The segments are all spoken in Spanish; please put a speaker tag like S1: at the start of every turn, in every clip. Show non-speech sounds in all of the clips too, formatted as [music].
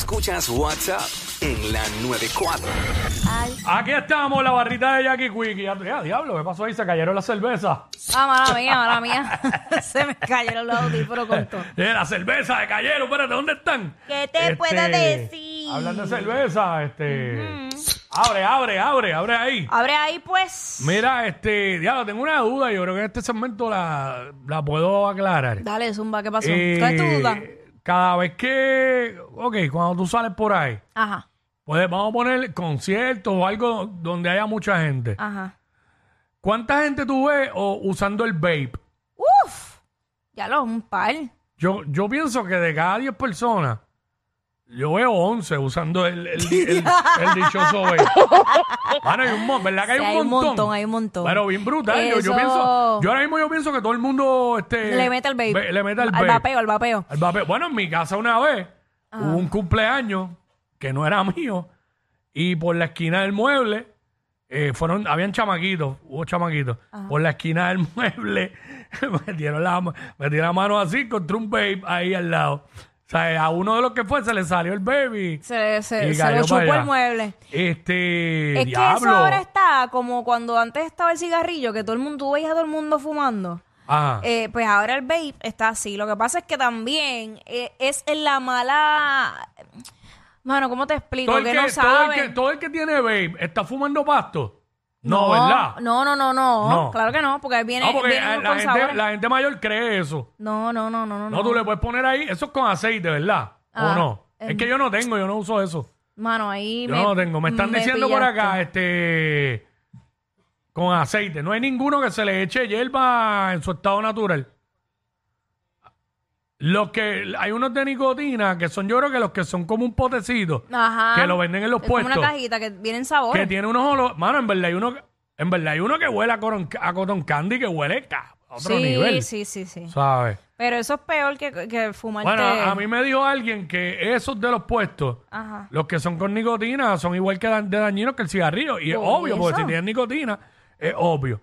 S1: Escuchas WhatsApp en la 94.
S2: Ay,
S3: Aquí estamos, la barrita de Jackie Quickie. Ah, diablo, ¿qué pasó ahí? Se cayeron las cervezas.
S2: ah, mala mía, mala
S3: [laughs]
S2: mía. Se me cayeron los audífonos con todo.
S3: Eh, las cervezas se cayeron, espérate, ¿dónde están?
S2: ¿Qué te puedo decir?
S3: Hablando de cerveza, este. Abre, abre, abre, abre ahí.
S2: Abre ahí, pues.
S3: Mira, este, diablo, tengo una duda. Yo creo que en este segmento la, la puedo aclarar.
S2: Dale, Zumba, ¿qué pasó?
S3: Eh,
S2: ¿Cuál es tu duda?
S3: Cada vez que. Ok, cuando tú sales por ahí,
S2: Ajá,
S3: pues vamos a poner conciertos o algo donde haya mucha gente.
S2: ajá.
S3: ¿Cuánta gente tú ves o, usando el vape?
S2: Uf, ya lo un par.
S3: Eh, Yo, yo pienso que de cada 10 personas, yo veo 11 usando el, el,
S2: [laughs]
S3: el- el dichoso vape. Bueno, hay un montón, ¿verdad que hay
S2: Sí,
S3: un
S2: hay un
S3: montón?
S2: montón, hay un montón.
S3: Pero bien brutal. Yo, yo
S2: Eso-
S3: pienso, yo ahora mismo yo pienso que todo el mundo... Este,
S2: le mete el baby.
S3: ve- Le mete el
S2: Al
S3: vape.
S2: vapeo, al vapeo.
S3: Al vapeo. Bueno, en mi casa una vez
S2: Ah.
S3: hubo un cumpleaños que no era mío y por la esquina del mueble eh, fueron, habían chamaquitos, hubo chamaquitos. Por la esquina del [laughs] mueble metieron la, ma- metieron la mano así contra un babe ahí al lado. O sea, a uno de los que fue se le salió el baby.
S2: Se, se,
S3: Y
S2: se
S3: cayó
S2: lo
S3: pa'
S2: chupó
S3: allá.
S2: el mueble.
S3: Este,
S2: Es que
S3: diablo.
S2: eso ahora está como cuando antes estaba el cigarrillo, que todo el mundo, tú veías a todo el mundo fumando.
S3: Ajá.
S2: Eh, pues ahora el vape está así. Lo que pasa es que también eh, es en la mala. Mano, ¿cómo te explico?
S3: todo, el
S2: Que
S3: que,
S2: no
S3: todo, el
S2: saben.
S3: que, todo el que tiene babe está fumando pasto. No, ¿verdad?
S2: No, no, no, no.
S3: No.
S2: Claro que no, porque viene,
S3: No, porque
S2: viene
S3: eh,
S2: uno
S3: la
S2: con
S3: gente,
S2: sabor.
S3: la gente mayor cree eso.
S2: No, no, no, no, no.
S3: No,
S2: no.
S3: tú le puedes poner ahí. Eso es con aceite, ¿verdad?
S2: Ah,
S3: ¿O no?
S2: em.
S3: Es que yo no tengo, yo no uso eso.
S2: Mano, ahí.
S3: Yo
S2: me-
S3: no tengo. Me están diciendo por
S2: pillaste.
S3: acá, eh, este. Con aceite. No hay ninguno que se le eche hierba en su estado natural. Los que. Hay unos de nicotina que son, yo creo que los que son como un potecito.
S2: Ajá.
S3: Que lo venden en los
S2: Es como
S3: puestos.
S2: una cajita que vienen sabor.
S3: Que tiene unos olores. Mano, en verdad hay uno. que- En verdad hay uno que huele a, coron- a cotton candy que huele ca- a otro
S2: sí,
S3: nivel.
S2: sí, sí, sí.
S3: ¿Sabes?
S2: Pero eso es peor que, que fumarte.
S3: Bueno, a mí me dijo alguien que esos de los puestos,
S2: Ajá.
S3: los que son con nicotina, son igual que da- de dañinos que el cigarrillo. Y es
S2: Por
S3: obvio, porque
S2: eso.
S3: si tienen nicotina, es obvio.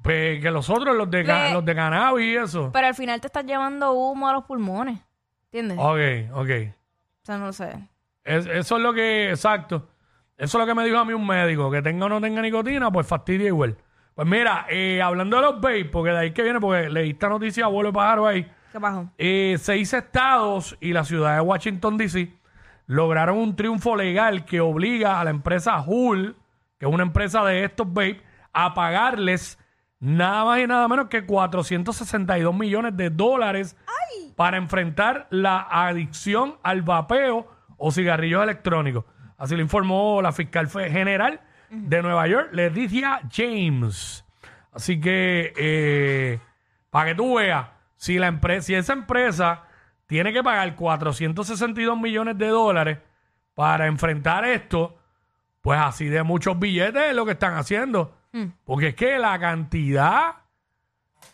S3: Pues que los otros, los de, ca-
S2: Le-
S3: los de cannabis y eso.
S2: Pero al final te estás llevando humo a los pulmones. ¿Entiendes? O
S3: Ok, ok.
S2: sea, no sé.
S3: Es- eso es lo que, exacto. Eso es lo que me dijo a mí un médico, que tenga o no tenga nicotina, pues fastidia igual. Pues mira, eh, hablando de los vape, porque de ahí que viene, porque leí esta noticia, vuelo pájaro ahí.
S2: ¿Qué pasó?
S3: Eh, seis estados y la ciudad de Washington, D.C. lograron un triunfo legal que obliga a la empresa Hull, que es una empresa de estos vape, a pagarles nada más y nada menos que 462 millones de dólares para enfrentar la adicción al vapeo o cigarrillos electrónicos. Así lo informó la fiscal fe- general de Nueva York, Leticia James. Así que, eh, para que tú veas, si, la empresa, si esa empresa tiene que pagar 462 millones de dólares para enfrentar esto, pues así de muchos billetes es lo que están haciendo. Porque es que la cantidad...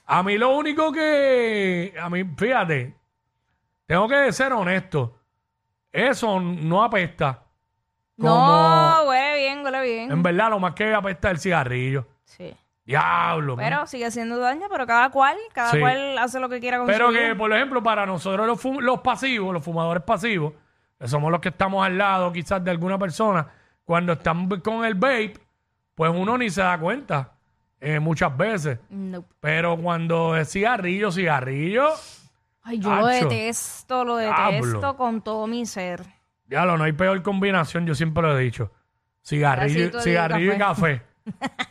S3: A mí lo único que... A mí, fíjate, tengo que ser honesto. Eso no apesta.
S2: No,
S3: Como-
S2: huele bien, huele bien.
S3: En verdad, lo más que apesta es el cigarrillo.
S2: Sí.
S3: Diablo.
S2: Pero sigue haciendo daño, pero cada cual, cada
S3: Sí.
S2: cual hace lo que quiera con
S3: Pero
S2: su
S3: que,
S2: vida.
S3: por ejemplo, para nosotros los, fu- los pasivos, los fumadores pasivos, que somos los que estamos al lado quizás de alguna persona, cuando están b- con el vape, pues uno ni se da cuenta eh, muchas veces.
S2: Nope.
S3: Pero cuando es cigarrillo, cigarrillo,
S2: Ay, yo lo
S3: Acho.
S2: detesto, lo detesto
S3: Diablo.
S2: con todo mi ser.
S3: diablo, no hay peor combinación, yo siempre lo he dicho. Cigarrillo,
S2: Pedacito de
S3: cigarrillo y café.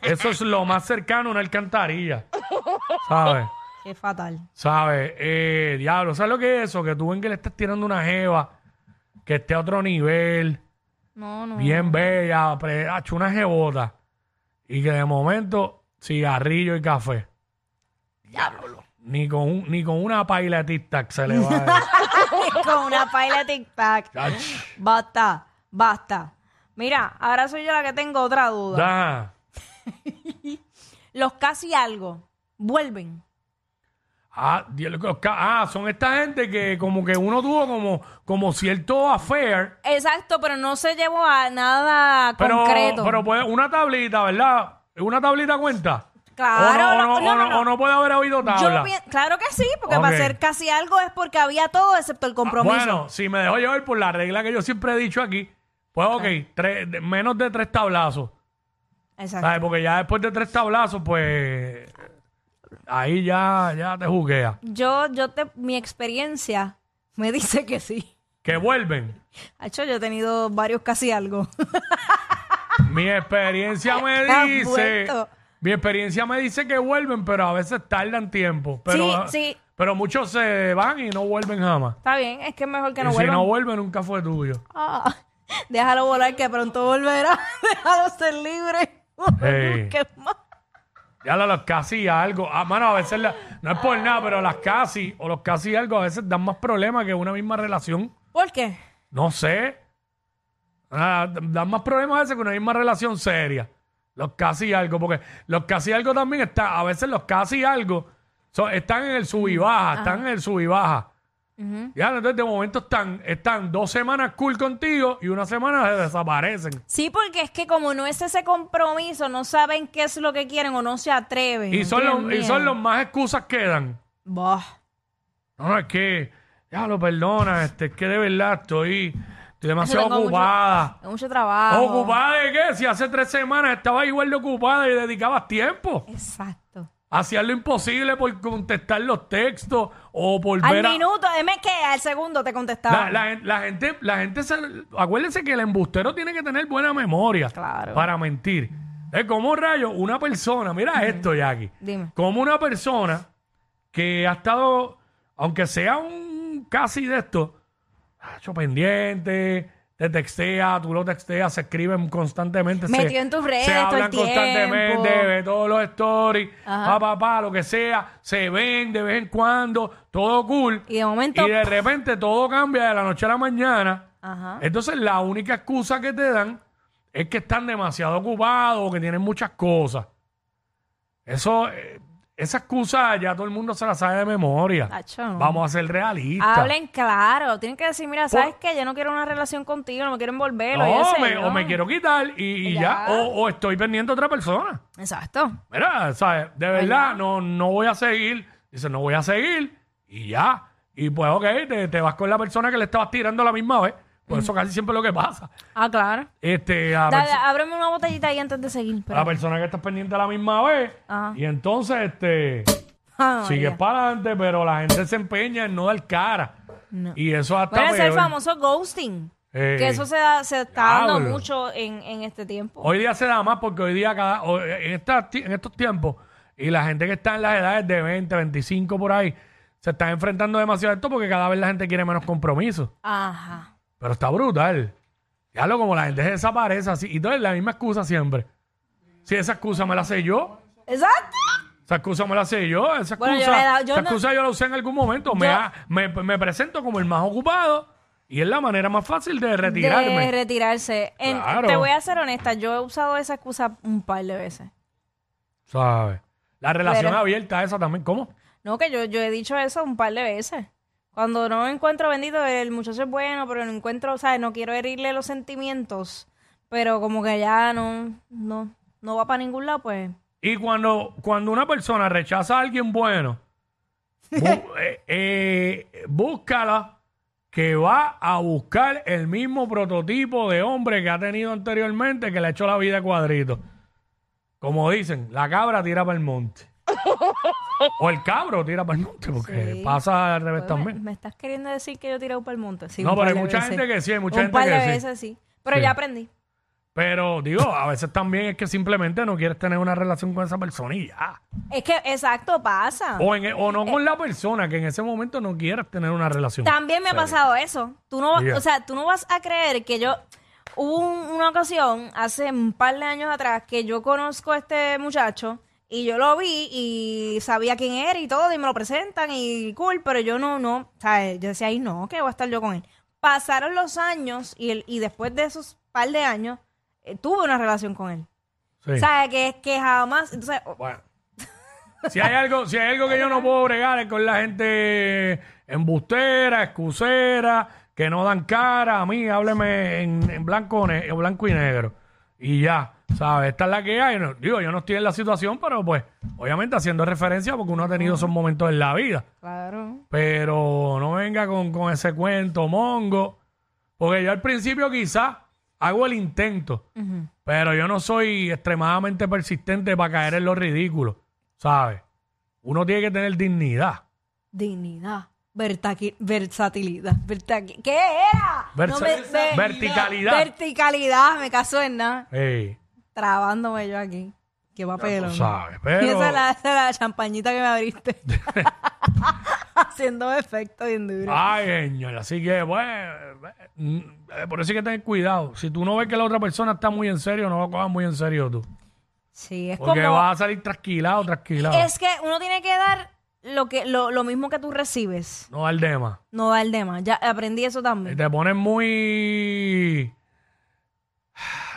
S3: Eso es lo más cercano a una alcantarilla. ¿Sabes?
S2: Qué fatal.
S3: ¿Sabes? Eh, diablo, ¿sabes lo que es eso? Que tú ven que le estás tirando una jeva, que esté a otro nivel,
S2: No, no.
S3: bien bella, pre, hacho, una jebota, y que de momento cigarrillo y café. Diablo. Ni con, un- ni con una paila de tic-tac se le va a...
S2: [laughs] con una paila de tic-tac.
S3: Chach.
S2: Basta, basta. Mira, ahora soy yo la que tengo otra duda.
S3: Da.
S2: Los casi algo vuelven.
S3: Ah, diablo, que- ah, son esta gente que como que uno tuvo como, como cierto affair,
S2: Exacto, pero no se llevó a nada
S3: pero,
S2: concreto.
S3: pero puede- una tablita, ¿verdad? ¿Una tablita cuenta?
S2: Claro,
S3: o, no,
S2: lo-
S3: o no- o no- o no puede haber oído
S2: Yo
S3: tabla.
S2: pien- claro que sí, porque
S3: Ok. Ah,
S2: para hacer casi algo es porque había todo excepto el compromiso.
S3: Bueno, si me dejo llevar por la regla que yo siempre he dicho aquí, pues ok, tres- de- menos de tres tablazos.
S2: Exacto.
S3: ¿Sabes? Porque ya después de tres tablazos, pues ahí ya, ya te juguea.
S2: Yo, yo te, mi experiencia me [laughs] dice que sí.
S3: Que vuelven.
S2: Hacho, yo he tenido varios casi algo. [laughs]
S3: Mi experiencia me
S2: Estás
S3: dice.
S2: muerto.
S3: Mi experiencia me dice que vuelven, pero a veces tardan tiempo. Pero,
S2: Sí, sí.
S3: pero muchos se van y no vuelven jamás.
S2: Está bien, es que es mejor que no
S3: y si
S2: vuelvan.
S3: no vuelven, nunca fue tuyo.
S2: Ah, déjalo volar que pronto volverá. [laughs] déjalo ser libre. [laughs] No
S3: Ey.
S2: busques más.
S3: Ya la- los casi algo. Ah, mano, a veces la- no es por nada, pero las casi o los casi algo a veces dan más problemas que una misma relación.
S2: ¿Por qué?
S3: No sé. Ah, dan más problemas a veces que una misma relación seria. Los casi algo, porque los casi algo también está, a veces los casi algo son- están en el sub y baja, están en el sub y baja. Ya, entonces de momento están, están dos semanas cool contigo y una semana se desaparecen.
S2: Sí, porque es que como no es ese compromiso, no saben qué es lo que quieren o no se atreven.
S3: Y son, los, y
S2: ¿entiendes?
S3: son los más excusas que dan.
S2: Bah.
S3: No, no, es que, ya lo perdona, este, es que de verdad estoy, estoy demasiado
S2: tengo mucho-
S3: ocupada.
S2: Es mucho trabajo.
S3: ¿Ocupada de qué? Si hace tres semanas estaba igual de ocupada y dedicabas tiempo.
S2: Exacto.
S3: Hacías lo imposible por contestar los textos o por
S2: Al
S3: ver a-
S2: minuto, dime que al segundo te contestaba.
S3: La, la gen- la gente, la gente se, acuérdense que el embustero tiene que tener buena memoria
S2: Claro.
S3: para mentir. Es como rayo, una persona, mira esto, Jackie.
S2: Dime.
S3: Como una persona que ha estado, aunque sea un casi de esto, ha hecho pendiente, te textea, tú lo texteas, se escriben constantemente. se-
S2: Metido en tus redes
S3: Se
S2: todo el
S3: hablan constantemente,
S2: tiempo.
S3: ve todos los stories, pa, pa, pa, lo que sea, se ven de vez en cuando, todo cool.
S2: Y de momento-
S3: Y de repente todo cambia de la noche a la mañana.
S2: Ajá.
S3: Entonces la única excusa que te dan es que están demasiado ocupados o que tienen muchas cosas. Eso, eh, esa excusa ya todo el mundo se la sabe de memoria.
S2: Tacho, no.
S3: Vamos a ser realistas.
S2: Hablen claro. Tienen que decir, mira, ¿sabes
S3: Por-
S2: qué? Yo no quiero una relación contigo, no me quiero envolver.
S3: No,
S2: o yo sé,
S3: me-
S2: ¿no?
S3: Oh. o me quiero quitar y, y ya,
S2: Ya.
S3: O, o estoy pendiente a otra persona.
S2: Exacto.
S3: Mira, ¿sabes? De verdad, no, no voy a seguir. Dice, no voy a seguir y ya. Y pues, ok, te, te vas con la persona que le estabas tirando a la misma vez. Por eso casi siempre es lo que pasa.
S2: Ah, claro.
S3: Este, a
S2: Dale,
S3: perso-
S2: ábreme una botellita ahí antes de seguir.
S3: a
S2: pero-
S3: la persona que estás pendiente a la misma vez.
S2: Ajá.
S3: Y entonces, este,
S2: [laughs] Ah,
S3: sigues
S2: María.
S3: para adelante, pero la gente se empeña en no dar cara. Y eso hasta
S2: Bueno, ese es el
S3: peor.
S2: famoso ghosting.
S3: Ey.
S2: que eso se, da- se está dando
S3: Diablo.
S2: mucho en, en este tiempo.
S3: Hoy día se da más porque hoy día, cada, hoy- en, esta- en estos tiempos, y la gente que está en las edades de 20, 25 por ahí, se está enfrentando demasiado a esto porque cada vez la gente quiere menos compromiso.
S2: Ajá.
S3: Pero está brutal. Ya lo como la gente se desaparece así. Y entonces la misma excusa siempre. Si esa excusa me la sé yo,
S2: Exacto.
S3: esa excusa me la sé yo, esa excusa,
S2: Bueno, yo le he dado- yo
S3: esa
S2: no-
S3: excusa yo la usé en algún momento. me,
S2: Yo-
S3: ha- me, me presento como el más ocupado y es la manera más fácil de retirarme.
S2: De retirarse. En-
S3: Claro.
S2: Te voy a ser honesta, yo he usado esa excusa un par de veces.
S3: ¿Sabes? La relación
S2: Pero-
S3: abierta esa también. ¿Cómo?
S2: No, que yo, yo he dicho eso un par de veces. Cuando no encuentro bendito, el muchacho es bueno, pero no encuentro, o sea, no quiero herirle los sentimientos, pero como que ya no, no, no va para ningún lado, pues.
S3: Y cuando, cuando una persona rechaza a alguien bueno,
S2: [laughs]
S3: bu- eh, eh, búscala que va a buscar el mismo prototipo de hombre que ha tenido anteriormente que le ha hecho la vida cuadrito. Como dicen, la cabra tira para el
S2: [laughs]
S3: monte. o el cabro tira para el monte, porque
S2: Sí.
S3: pasa al revés
S2: Pues, me,
S3: también.
S2: me estás queriendo decir que yo tiré para el monte. Sí,
S3: No,
S2: un
S3: pero
S2: par
S3: hay
S2: de
S3: mucha
S2: veces.
S3: gente que sí, hay mucha
S2: un
S3: gente
S2: par de
S3: que sí.
S2: veces sí. Pero
S3: Sí.
S2: ya aprendí.
S3: Pero digo, a veces también es que simplemente no quieres tener una relación con esa persona y ya.
S2: Es que, exacto, pasa.
S3: O, en- e, o
S2: Eh.
S3: no con la persona que en ese momento no quieras tener una relación.
S2: También me ha pasado eso. Tú no,
S3: Ya.
S2: o sea, tú no vas a creer que yo hubo un- una ocasión hace un par de años atrás que yo conozco a este muchacho y yo lo vi y sabía quién era y todo y me lo presentan y cool, pero yo no no, sabes, yo decía, "Ay, no, que voy a estar yo con él." Pasaron los años y el- y después de esos par de años eh, tuve una relación con él.
S3: Sí.
S2: ¿Sabes? Que es que jamás, entonces, oh,
S3: Bueno. si hay algo, si hay algo que yo no puedo bregar es con la gente embustera, excusera, que no dan cara, a mí hábleme en, en blanco, o ne- en blanco y negro. Y ya. ¿Sabes? Esta es la que hay. No- digo, yo no estoy en la situación, pero pues, obviamente haciendo referencia porque uno ha tenido esos momentos en la vida.
S2: Claro.
S3: Pero no venga con, con ese cuento, mongo. Porque yo al principio quizás hago el intento, pero yo no soy extremadamente persistente para caer en lo ridículo, ¿sabes? Uno tiene que tener dignidad.
S2: Dignidad. vertaqui- versatilidad. vertaqui- ¿Qué era?
S3: Versa-
S2: ve-
S3: verticalidad.
S2: Verticalidad, me caso en nada.
S3: Ey,
S2: Trabándome yo aquí. Qué papelón.
S3: ¿sabes?
S2: Y
S3: Pero
S2: esa es, la, esa es la champañita que me
S3: [laughs]
S2: abriste. Haciendo efecto bien duro.
S3: Ah, Ay, señor, así que, pues, mm, eh, por eso hay que tener cuidado. Si tú no ves que la otra persona está muy en serio, no lo cojas muy en serio tú.
S2: Sí, es
S3: Porque
S2: como...
S3: vas a salir trasquilado, trasquilado.
S2: Es que uno tiene que dar lo, que, lo, lo mismo que tú recibes.
S3: No al tema.
S2: No dar de más. Ya aprendí eso
S3: Eh,
S2: también.
S3: Te pones muy...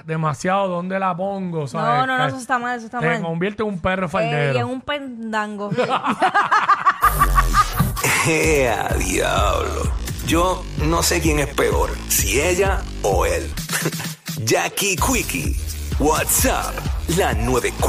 S3: Demasiado, ¿dónde la pongo? ¿sabes?
S2: No, no, no,
S3: Te-
S2: eso está mal, eso está
S3: Te
S2: mal.
S3: convierte en un perro
S2: Eh, y en
S3: faldero.
S2: un pendango.
S1: [laughs] ¡Ea, diablo! Yo no sé quién es peor, si ella [laughs] o él. Jackie Quickie, WhatsApp, la 94.